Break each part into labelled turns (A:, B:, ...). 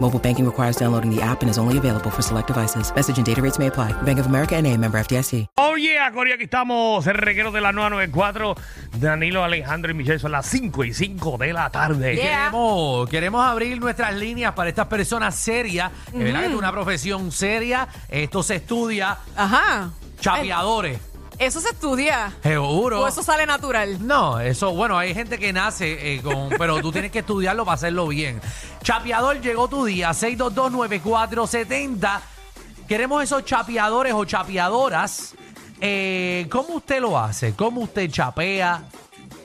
A: Mobile banking requires downloading the app and is only available for select devices. Message and data rates may apply. Bank of America and a member FDIC.
B: Oh yeah, Corea, aquí estamos, el reguero de la 994, Danilo, Alejandro y Michelle, son las 5 y 5 de la tarde.
C: Queremos, queremos abrir nuestras líneas para estas personas serias. De verdad que esto es una profesión seria. Esto se estudia.
D: Ajá. Eh,
C: Chapeadores.
D: Eso se estudia.
C: Seguro.
D: O eso sale natural.
C: No, eso, bueno, hay gente que nace eh, con, pero tú tienes que estudiarlo para hacerlo bien. Chapeador, llegó tu día, 6229470. Queremos esos chapeadores o chapeadoras. Eh, ¿Cómo usted lo hace? ¿Cómo usted chapea?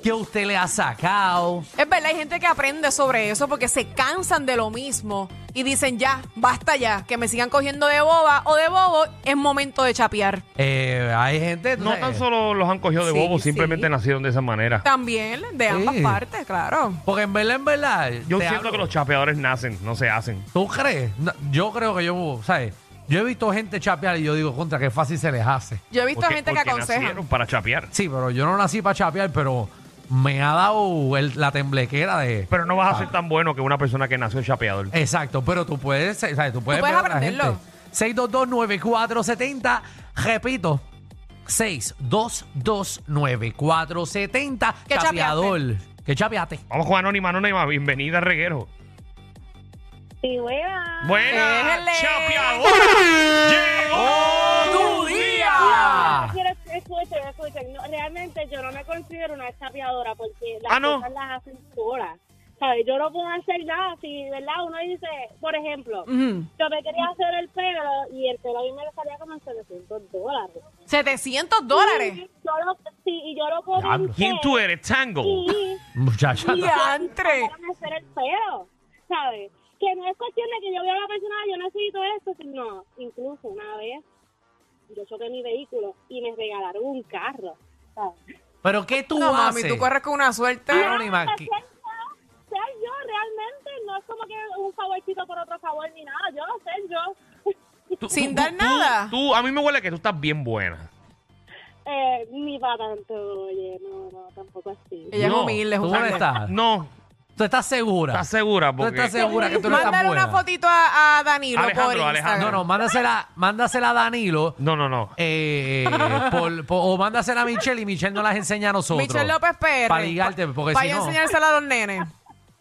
C: ¿Qué usted le ha sacado?
D: Es verdad, hay gente que aprende sobre eso porque se cansan de lo mismo y dicen ya, basta ya, que me sigan cogiendo de boba o de bobo, es momento de chapear.
C: Eh, hay gente... tú
B: No
C: sabes-
B: tan solo los han cogido de
D: Sí,
B: bobo, simplemente
D: sí.
B: nacieron de esa manera.
D: También, de ambas
C: Sí.
D: partes, claro.
C: Porque en verdad, en verdad...
B: Yo
C: te
B: siento
C: hablo-
B: que los chapeadores nacen, no se hacen.
C: ¿Tú crees? No, yo creo que yo, ¿sabes? Yo he visto gente chapear y yo digo, contra, qué fácil se les hace.
D: Yo he visto
B: Porque-
D: gente que
B: porque
D: aconseja.
B: nacieron para chapear.
C: Sí, pero yo no nací para chapear, pero me ha dado el- la temblequera de...
B: Pero no vas a ser tan bueno que una persona que nació chapeador.
C: Eh. Exacto, pero tú puedes, ¿sabes? Tú puedes,
D: puedes
C: ver a la
D: aprenderlo.
C: gente. 6229470, repito, 6229470,
D: ¿Qué
C: chapeador. ¿Qué chapeaste?
B: Vamos con Anónima, Anónima, bienvenida, reguero.
E: Sí, buena.
B: Buena,
D: Déjele.
B: chapeador.
C: Oh.
B: Llegó tu
E: Yo quiero escuchen, escuchen. No, realmente yo no me considero una chapeadora porque las
B: Ah, ¿no?
E: cosas las hacen solas. ¿Sabes? Yo no puedo hacer nada si, ¿verdad? Uno dice, por ejemplo,
D: Ujú.
E: yo me quería hacer el pelo y el pelo a mí me salía como en 700 dólares.
D: 700 dólares.
E: Y yo lo, sí, y yo lo comencé.
C: Diablo.
B: ¿Quién tú eres, Tango?
E: Y
C: Muchacha.
D: Diantre.
E: para hacer el pelo, ¿sabes? Que no es cuestión de que yo vea a la persona, yo necesito esto, sino incluso una vez yo choqué mi vehículo y me regalaron un carro, ¿sabes?
C: ¿Pero qué tú
D: No,
C: haces?
D: mami, tú corres con una suerte.
B: Ah,
C: Anónima,
E: Pero
C: ¿qué-
E: soy yo, soy yo realmente, no es como que un favorcito por otro favor ni nada, yo no sé, yo
B: Tú-
D: Sin
B: tú-
D: dar
B: tú-
D: nada.
B: Tú, a mí me huele que tú estás bien buena.
E: eh, ni para tanto, oye, no, no, tampoco así.
D: Ella
B: No,
D: es humilde, es
C: tú
D: humilde.
C: no estás.
B: No,
C: ¿Tú estás segura?
B: ¿Estás segura?
C: ¿Tú
B: Porque...
C: estás segura que tú no estás
D: Mándale
C: buena?
D: una fotito a, a Danilo por
B: Alejandro,
D: Instagram.
B: Alejandro.
C: No, no, mándasela, mándasela a Danilo
B: No, no, no.
C: eh, por- por- o mándasela a Michelle y Michelle nos las enseña a nosotros.
D: Michelle López PR.
C: Para ligarte, porque
D: Para
C: si
D: yo
C: no...
D: enseñársela a los nenes.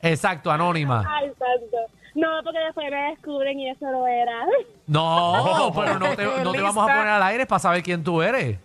C: Exacto, anónima.
E: Ay, tanto. No, porque después me descubren y eso no era.
C: No, pero no te, no te vamos a
D: Lista.
C: poner al aire para saber quién tú eres.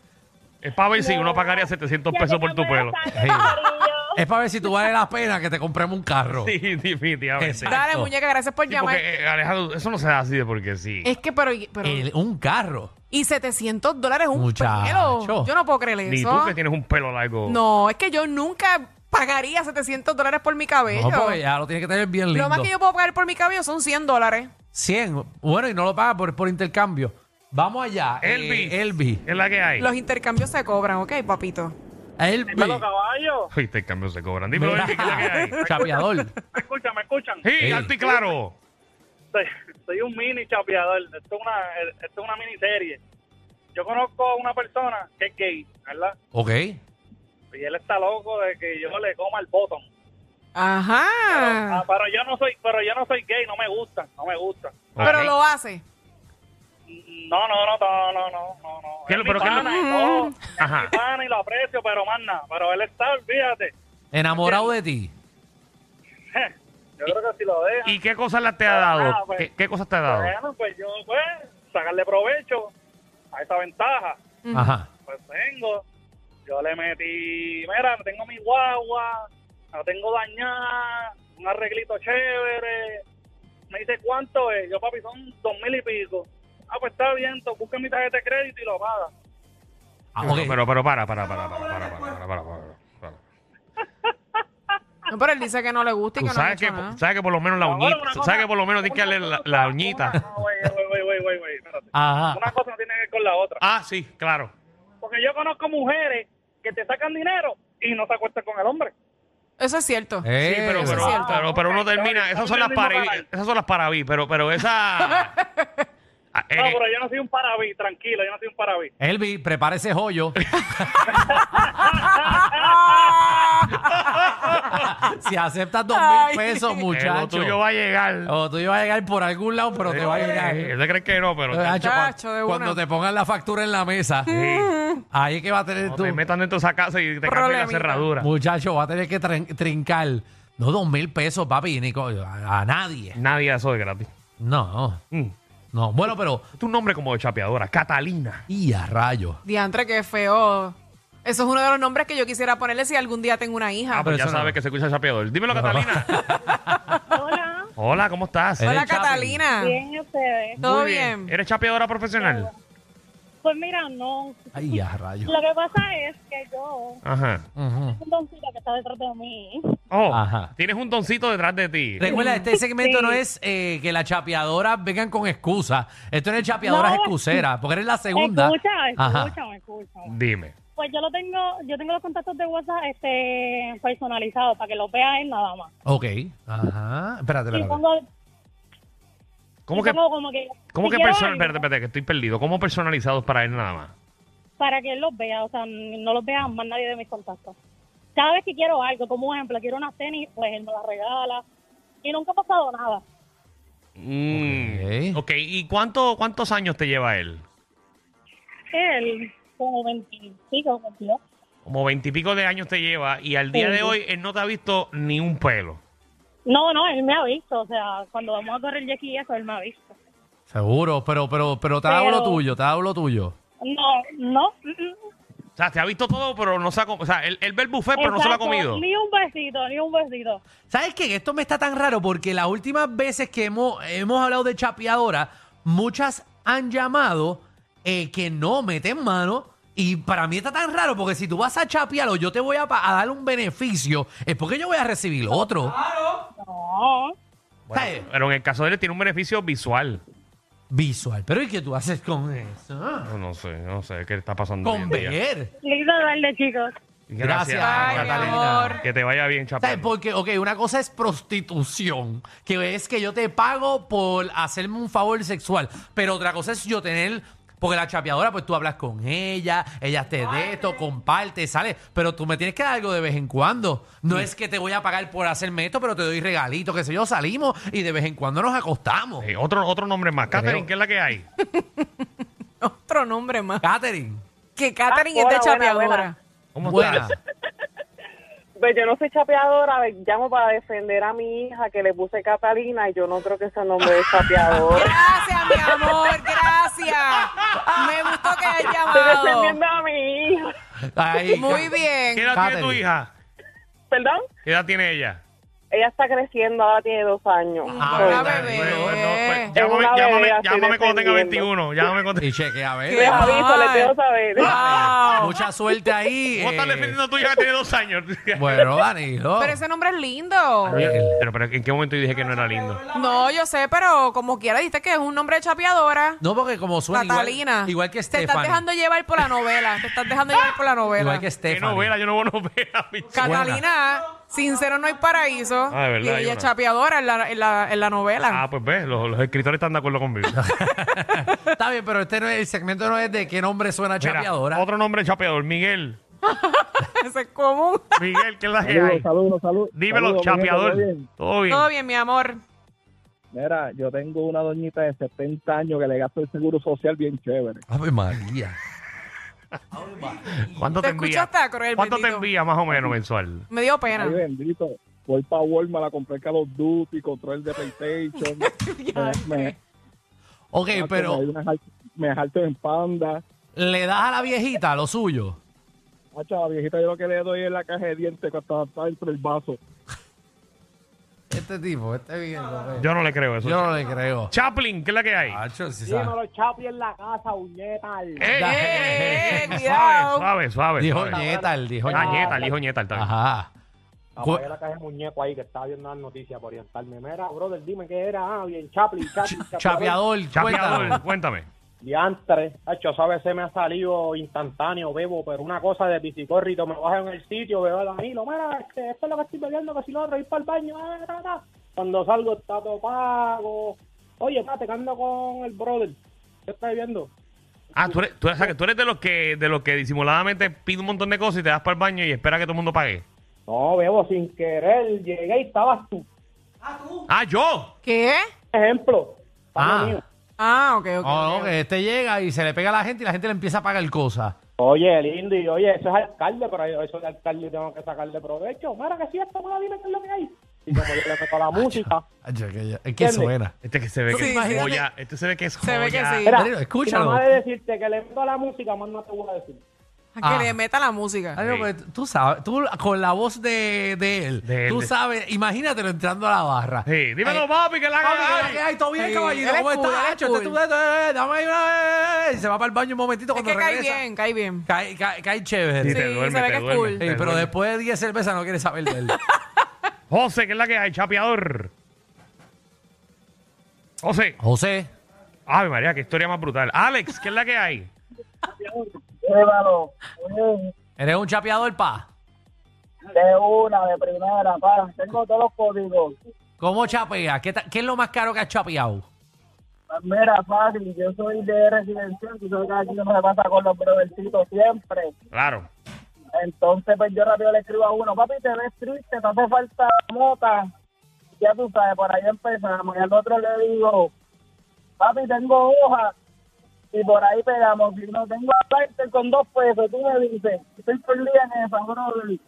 B: Es para ver si uno pagaría 700
E: Ya
B: pesos
E: que
B: por tu pelo.
E: cambiaron tanto, corillo.
C: Es para ver si tú vale la pena que te compremos un carro.
B: Sí, definitivamente.
C: Exacto.
D: Dale, muñeca, gracias por
B: Sí,
D: llamar.
B: porque, eh, Alejandro, eso no se da así de porque sí.
D: Es que, pero, y- pero
C: El- un carro.
D: y 700 dólares un
C: Muchacho.
D: pelo. Yo no puedo creer
B: Ni
D: eso.
B: tú que tienes un pelo largo.
D: No, es que yo nunca pagaría 700 dólares por mi cabello.
C: No, porque ya lo tiene que tener bien lindo.
D: Lo más que yo puedo pagar por mi cabello son 100 dólares.
C: 100. Bueno, y no lo paga por, por intercambio. Vamos allá.
B: Elvis.
C: Eh, Elvis.
B: Es la que hay.
D: Los intercambios se cobran, ¿ok, papito?
C: Elvis.
F: caballo.
B: Los intercambios este se cobran. Dímelo,
C: Mira,
B: Elvis, ¿qué es la que hay?
C: Chapeador.
F: ¿Me escuchan? ¿Me escuchan?
B: Sí,
C: Ey.
B: alto y claro.
F: Soy, soy un mini chapeador. Esto es, una, esto es una miniserie. Yo conozco a una persona que es gay, ¿verdad?
C: Ok.
F: Y él está loco de que yo le coma el botón. Pero,
D: Ajá.
F: ah, pero yo no soy pero yo no soy gay, no me gusta, no me gusta.
D: Pero
B: Ok.
D: lo hace.
F: No, no, no, no, no, no, no. no.
B: ¿Qué
F: Es
B: lo-
F: mi
B: pero qué lo-
F: pana y todo.
B: Ajá.
F: Mi pana y lo aprecio, pero más nada. Pero él está, olvídate.
C: Enamorado de ti.
F: Yo creo que si lo dejan...
B: ¿Y qué cosas la- te ha dado?
F: Ah, pues.
B: ¿Qué, qué cosas te ha dado?
F: Bueno, pues yo, pues, sacarle provecho a esa ventaja.
C: Ajá.
F: pues vengo, yo le metí, mira, tengo mi guagua, la tengo dañada, un arreglito chévere. Me dice, ¿cuánto es? Yo, papi, son dos mil y pico. Ah, pues está bien, to- busca mi tarjeta de crédito y lo paga.
C: Ah,
B: No,
C: ok.
B: Pero, pero para, para, para, para, para, para, para, para, para, para.
D: No, pero él dice que no le gusta y
B: Tú
D: que no ha
B: sabes
D: hecho
B: que,
D: nada.
B: sabes que por lo menos la
F: Ahora,
B: uñita,
F: una cosa-
B: sabes que por lo menos tienes que darle la,
F: una-
B: la uñita.
F: No, güey, güey, güey, güey, güey, güey, Ah, espérate.
C: Ajá.
F: Una cosa no tiene que ver con la otra.
B: Ah, sí, claro.
F: Porque yo conozco mujeres que te sacan dinero y no se acuestan con el hombre.
D: Eso es cierto.
C: Eh.
B: Sí, pero,
D: eso es
B: pero,
D: cierto.
B: pero, pero uno termina, esas son las para esas son las para mí, pero, pero esa Ah,
F: No,
B: eh,
F: pero yo no soy un parabí, tranquilo, yo no soy un parabí.
C: Elvi, prepara ese joyo. si aceptas dos
D: Ay.
C: mil pesos,
B: eh, lo
C: muchacho.
B: tuyo va a llegar.
C: O tú ibas a llegar por algún lado, pero te va a llegar.
B: Eh, ¿Ustedes creen que no? Pero
C: Nacho,
B: sí.
C: cua-
D: Chacho, de
C: cuando
D: una.
C: te pongan la factura en la mesa, ahí es que va a tener
B: No
C: tú.
B: te metan dentro de esa casa y te cambien la
D: Problemita.
B: cerradura.
C: Muchacho, va a tener que trin- trincar. No dos mil pesos, papi, ni co- a, a nadie.
B: Nadie eso de gratis.
C: No,
B: Mm.
C: no. Bueno, pero.
B: Este es un nombre como de chapeadora, Catalina.
C: Y a rayo.
D: Diantre, qué feo. Eso es uno de los nombres que yo quisiera ponerle si algún día tengo una hija.
B: Ah, pues
C: pero
B: ya
C: eso no.
B: sabes que se escucha chapeador. Dímelo, Catalina.
G: Hola,
B: Hola, ¿cómo estás?
C: Eh.
D: Hola,
C: eres Chapi.
D: Catalina.
G: bien ¿y ustedes.
D: ¿Todo
B: Muy
D: bien?
B: ¿Eres chapeadora profesional?
G: Pues mira, no.
C: Ay, a rayo.
G: Lo que pasa es que yo,
B: Ajá.
C: Ujú.
G: un doncito que está detrás de mí.
B: Oh,
C: Ajá.
B: tienes un doncito detrás de ti.
C: Recuerda, este segmento
G: Sí.
C: no es eh, que las chapeadoras vengan con excusas. Esto no es chapeadoras
G: No.
C: excuseras, porque eres la segunda.
G: Escucha,
C: Ajá.
G: escúchame, escúchame.
B: Dime.
G: Pues yo lo tengo, yo tengo los contactos de WhatsApp este personalizados para que los vea él nada más.
C: Ok. Ajá. Espérate,
G: Y
C: espérate.
G: pongo,
B: ¿Cómo
G: y
B: que,
G: pongo como que,
B: cómo
G: si
B: que
G: quiero
B: personal?
G: algo,
B: Espérate, espérate, que estoy perdido. ¿Cómo personalizados para él nada más?
G: para que él los vea, o sea, no los vea más nadie de mis contactos. Cada vez que quiero algo, como ejemplo, quiero unas tenis, pues él me las regala. Y nunca ha pasado nada.
B: Mm,
C: Ok.
B: ok, ¿y cuánto, cuántos años te lleva él?
G: Él, como 25, 22.
B: Como veintipico de años te lleva y al día de
G: Sí.
B: hoy él no te ha visto ni un pelo.
G: No, no, él me ha visto. O sea, cuando vamos a correr Jackie y eso, él me ha visto.
C: Seguro, pero, pero, pero te hago
G: Pero-
C: lo tuyo, te hago lo tuyo.
G: No, no. mm, mm.
B: O sea, te ha visto todo, pero no se ha comido. O sea, él, él ve el buffet, Pues, pero no se lo ha
G: Exacto,
B: comido.
G: Ni un besito, ni un besito.
C: ¿Sabes qué? Esto me está tan raro porque las últimas veces que hemos, hemos hablado de chapeadora, muchas han llamado eh, que no meten mano. Y para mí está tan raro porque si tú vas a chapear o yo te voy a, pa- a dar un beneficio, es porque yo voy a recibir otro.
G: No.
B: Bueno,
C: Sí.
B: pero en el caso de él tiene un beneficio visual.
C: Visual. Pero ¿y qué tú haces con eso?
B: No, no sé, no sé qué está pasando. hoy
C: Con
B: en día.
C: ver.
G: Lindo darle, chicos.
B: Gracias,
C: Gracias, Ay,
D: mi
B: Catalina.
D: amor.
B: Que te vaya bien, chapa.
C: ¿Sabes? Porque, ok, una cosa es prostitución, que es que yo te pago por hacerme un favor sexual, pero otra cosa es yo tener, porque la chapeadora, pues tú hablas con ella, ella te de esto, comparte, sale, pero tú me tienes que dar algo de vez en cuando. No es que te voy a pagar por hacerme esto, pero te doy regalito, qué sé yo, salimos y de vez en cuando nos acostamos.
B: Eh, otro, otro nombre más.
C: Creo.
B: Catherine, ¿qué es la que hay?
D: Otro nombre más.
C: Catherine,
D: Que Catherine
H: Ah,
D: es de
H: hola, buena,
D: chapeadora.
H: buena.
B: ¿Cómo
C: buena.
B: estás?
H: Pues yo no soy chapeadora, ve- llamo para defender a mi hija que le puse Catalina y yo no creo que ese nombre es chapeadora.
D: Gracias, mi amor, gracias. Me gustó que hayas
H: Estoy
D: llamado.
H: defendiendo a mi hija.
C: Ahí,
D: Muy
C: Ca-
B: ¿Qué
D: bien.
B: edad tiene tu
C: Catherine.
B: hija?
H: ¿Perdón?
B: ¿Qué edad tiene ella?
H: Ella está creciendo, ahora tiene dos años.
D: Ah,
H: Soy-
D: una
B: Bueno,
D: bebé.
B: bueno, pues,
D: Es
B: llámame,
H: una
B: llámame-
H: bebé, estoy
B: llámame cuando tenga
H: defendiendo.
B: 21. Llámame cuando
C: Y chequea, a ver.
D: Qué
H: Les aviso, les
D: mal.
H: dejo saber.
D: Wow.
C: Mucha suerte ahí.
B: ¿Cómo estás
C: eh.
B: defendiendo a tu hija que tiene dos años?
C: Bueno, Danilo.
D: Pero ese nombre es lindo.
B: pero, pero ¿en qué momento yo dije que no era lindo?
D: No, yo sé, pero como quiera, dijiste que es un nombre de chapeadora.
C: No, porque como suena igual-
D: Catalina.
C: Igual, que
D: Te estás
C: Stephanie.
D: dejando llevar por la novela. Te estás dejando llevar por la novela.
C: Igual que
B: ¿Qué
C: Stephanie.
B: novela? Yo no veo novela, bicho.
D: Catalina, sincero no hay paraíso.
B: Ah, de verdad,
D: y
B: hay
D: ella
B: una.
D: es chapeadora en la, en la- en la novela.
B: Ah, pues ves, los, los escritores están de acuerdo conmigo.
C: Está bien, pero este no es, el segmento no es de qué nombre suena
B: Mira, oh.
C: chapeadora.
B: otro nombre de chapeador, Miguel.
D: Ese es común.
B: Miguel, ¿qué es la que hay?
I: saludos, saludos.
B: Dímelo,
I: Saludos,
B: chapeador.
I: Miguel, ¿todo bien?
B: Todo bien.
D: Todo bien, mi amor.
I: Mira, yo tengo una doñita de 70 años que le gasta el seguro social bien chévere.
C: Ave María.
B: ¿Cuánto
D: Te
B: te,
D: escucho
B: envía?
D: hasta cruel,
B: ¿Cuánto te
D: bendito.
B: envía más o menos mensual?
D: Me dio pena.
I: Ay, bendito. Voy para Walmart a comprar Call of Duty, control de PlayStation. me, me-
C: Ok,
I: macho,
C: pero
I: me- Me jalto en panda.
C: le das a la viejita lo suyo.
J: Hacha, la viejita yo lo que le doy es la caja de dientes que hasta está entre el vaso.
C: Este tipo, este bien. hombre.
B: Yo no le creo eso.
C: Yo no Ah, le creo.
B: Chaplin, ¿qué es la que hay?
C: Chacho, si sabe.
I: Dímelo, Chapi, en la casa, uñeta.
B: ¡Eh,
C: ya.
B: eh, eh, eh!
D: Cuidado.
B: Suave, suave, suave.
C: Dijo
B: suave.
C: Ñetal, dijo
B: Ah,
C: Ñetal.
B: Ñetal, dijo Ñetal también.
C: Ajá. Cu-
I: Apagué la caja de muñeco ahí que estaba viendo las noticias para orientarme. Mira, brother, dime qué era. Ah, bien, Chaplin, Chaplin,
C: Chapeador,
B: Chapeador,
C: cuéntanos.
B: cuéntame.
I: Diantre, hecho, ¿sabes? Se me ha salido instantáneo, bebo, pero una cosa de piscicórrito, me bajo en el sitio, veo a Danilo, mira, este, esto es lo que estoy bebiendo, que si lo otro, ir para el baño, ah, ta, ta. cuando salgo está todo pago. Oye, mate, que ando con el brother, ¿qué estás bebiendo?
B: Ah, tú eres, tú, o sea, que tú eres de los que de los que disimuladamente pide un montón de cosas y te das para el baño y espera que todo el mundo pague.
I: No, bebo, sin querer, llegué y estabas tú.
B: Ah, yo.
D: ¿Qué?
I: Ejemplo,
C: Ah.
I: mío.
D: Ah, ok, ok.
C: No, no, que este llega y se le pega a la gente y la gente le empieza a pagar cosas.
I: Oye, lindo, y oye, eso es alcalde, pero yo- eso de alcalde tengo que sacarle provecho. Mira, que si esto me lo dime qué es lo que hay. Y como yo le meto la música.
C: Ay, yo, que yo- Es que
I: ¿Entiendes?
C: suena.
B: Este que se ve que
D: Sí,
B: es
D: imagínate.
B: joya. Este se ve que es joya.
D: Se ve que sí.
I: Mira,
C: Pero, escúchalo.
I: y nada más de decirte que le meto la música, más no te voy a decir.
D: A
C: Ah.
D: que le meta la música.
C: Ay, no,
B: Sí.
C: pero tú sabes, tú con la voz de, de él,
B: De él.
C: tú sabes, imagínatelo entrando a la barra.
B: Sí, dímelo,
C: Ay,
B: papi, que la
C: Papi, ¿qué
B: haga.
C: hay? ¿Qué hay? ¿Todo bien,
D: Sí,
C: caballito?
D: él es
C: ¿Cómo
D: cool, él
C: estás,
D: es
C: Hacho? Este
D: cool.
C: tú- eh, eh, Dame ahí una... eh, Y se va para el baño un momentito
D: Es
C: cuando
D: que cae
C: regresa.
D: bien, cae bien.
C: Cae, cae, cae chévere.
B: Sí,
C: Sí,
B: te
D: Sí,
B: duerme,
D: se ve
B: te
D: que es
B: duerme,
D: cool.
B: te
C: pero
B: duerme.
C: después de 10 cervezas no quiere saber de él.
B: José, ¿qué es la que hay? Chapeador. José.
C: José.
B: Ay, María, qué historia más brutal. Alex, ¿qué es la que hay?
K: Llévalo.
C: Eres un chapeador, pa.
K: De una, de primera, pa. Tengo todos los códigos.
C: ¿Cómo chapeas? ¿Qué, ta- ¿Qué es lo más caro que has chapeado?
K: Pues Mira, fácil, yo soy de residencial, tú sabes que aquí no se pasa con los brothercitos siempre.
B: Claro.
K: Entonces, pues yo rápido le escribo a uno, papi, te ves triste, te hace falta mota. Ya tú sabes, por ahí empezamos. Y al otro le digo, papi, tengo hoja. Y por ahí pegamos. Si no tengo aparte con dos pesos, tú me dices, estoy por día en esa, brother.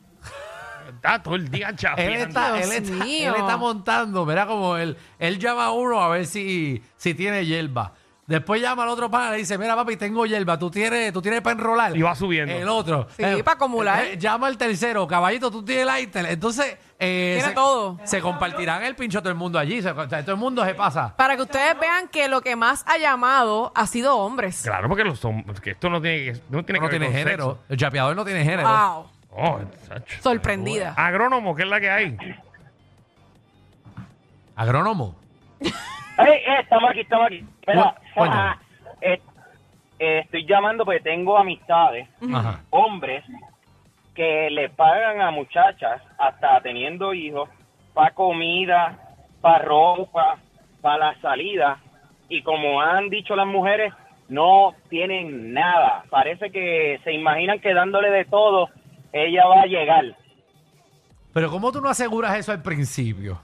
B: Está todo el día
C: Él
B: chapeando.
C: está, él,
D: Dios
C: está,
D: mío.
C: él está montando, mira como él, él llama a uno a ver si, si tiene hierba. Después llama al otro pana y le dice, mira papi, tengo hierba, tú tienes, tú tienes para enrolar.
B: Y va subiendo.
C: El otro.
D: Sí, para acumular.
C: eh, llama al tercero, caballito, tú tienes lighter. Entonces, eh,
D: Tiene
C: se,
D: todo.
C: se compartirán el pincho todo el mundo allí. se- o sea, todo el mundo se pasa.
D: Para que ustedes vean que lo que más ha llamado ha sido hombres.
B: Claro, porque los hom- porque esto no tiene que no tiene,
C: No
B: que ver
C: tiene
B: con
C: género.
B: sexo.
C: El chapeador no tiene género.
D: Wow.
B: Oh, chacho.
D: Sorprendida.
B: Agrónomo, ¿qué es la que hay?
C: Agrónomo.
I: ¡Ey, estamos aquí, estamos aquí! ah, eh,
C: Mira, Bueno, bueno.
I: estoy llamando porque tengo amistades,
C: Ajá.
I: hombres, que le pagan a muchachas, hasta teniendo hijos, para comida, para ropa, para la salida. Y como han dicho las mujeres, no tienen nada. Parece que se imaginan que dándole de todo, ella va a llegar.
C: Pero ¿cómo tú no aseguras eso al principio?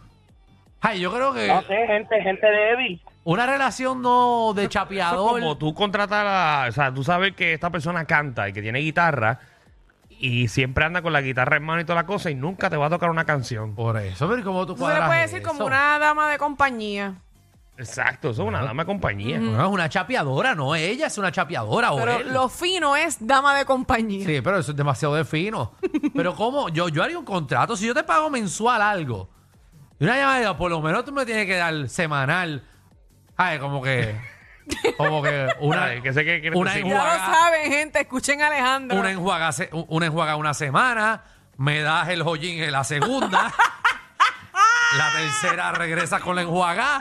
C: Ay, yo creo que...
I: No
B: Ah.
I: sé, gente, gente débil.
C: Una relación no de
B: Eso
C: chapeador.
B: es Como tú contratas, a- o sea, tú sabes que esta persona canta y que tiene guitarra y siempre anda con la guitarra en mano y toda la cosa y nunca te va a tocar una canción.
C: Por eso, pero ¿cómo tú
D: Eso se le
C: cuadras
D: puede decir
C: eso?
D: como una dama de compañía.
B: Exacto, eso es una dama de compañía.
C: No, es una chapeadora, no ella, es una chapeadora o
D: Pero
C: él.
D: lo fino es dama de compañía.
C: Sí, pero eso es demasiado de fino. pero ¿cómo? Yo, yo haría un contrato. Si yo te pago mensual algo, y una llamada, por lo menos tú me tienes que dar semanal. Ay, como que... Como que una...
B: Ay, que sé que quieres
C: una
B: decir.
D: Ya lo
C: enjuaga-
D: saben, gente. Escuchen a Alejandro.
C: una enjuaga, se- una enjuaga una semana, me das el joyín en la segunda, la tercera regresas con la enjuaga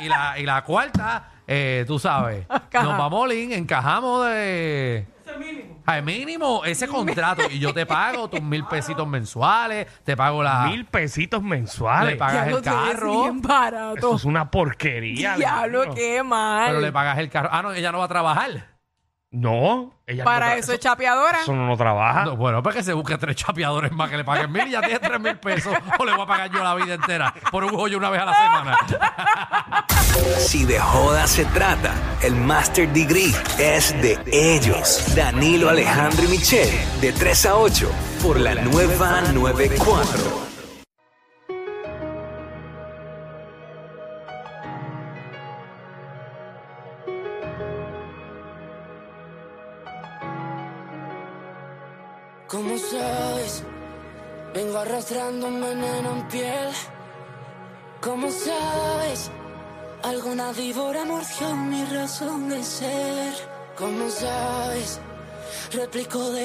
C: y, y la, y la cuarta, eh, tú sabes, nos vamos link, encajamos de... Al mínimo ese contrato y yo te pago tus mil pesitos mensuales, te pago la...
B: Mil pesitos
C: le
B: mensuales.
C: pagas
D: Diablo,
C: el
D: tú eres
C: carro,
D: bien
B: Eso
D: barato.
B: es una porquería.
D: Diablo,
B: Alejandro.
D: qué
C: pero le
D: mal.
C: pagas el carro. Ah, no, ella no va a trabajar.
B: No, ella no
D: Para
B: tra-
D: eso es chapeadora.
B: eso no, no trabaja.
C: No, bueno, pues que se busque tres chapeadores más que le paguen mil y ya tiene tres mil pesos. O le voy a pagar yo la vida entera por un hoyo una vez a la semana.
L: Si de joda se trata, el Master Degree es de ellos. Danilo Alejandro y Michel, de 3 a 8, por la nueva 94.
E: arrastrando un veneno en piel. Como sabes, alguna víbora mordió mi razón de ser. Como sabes, replico de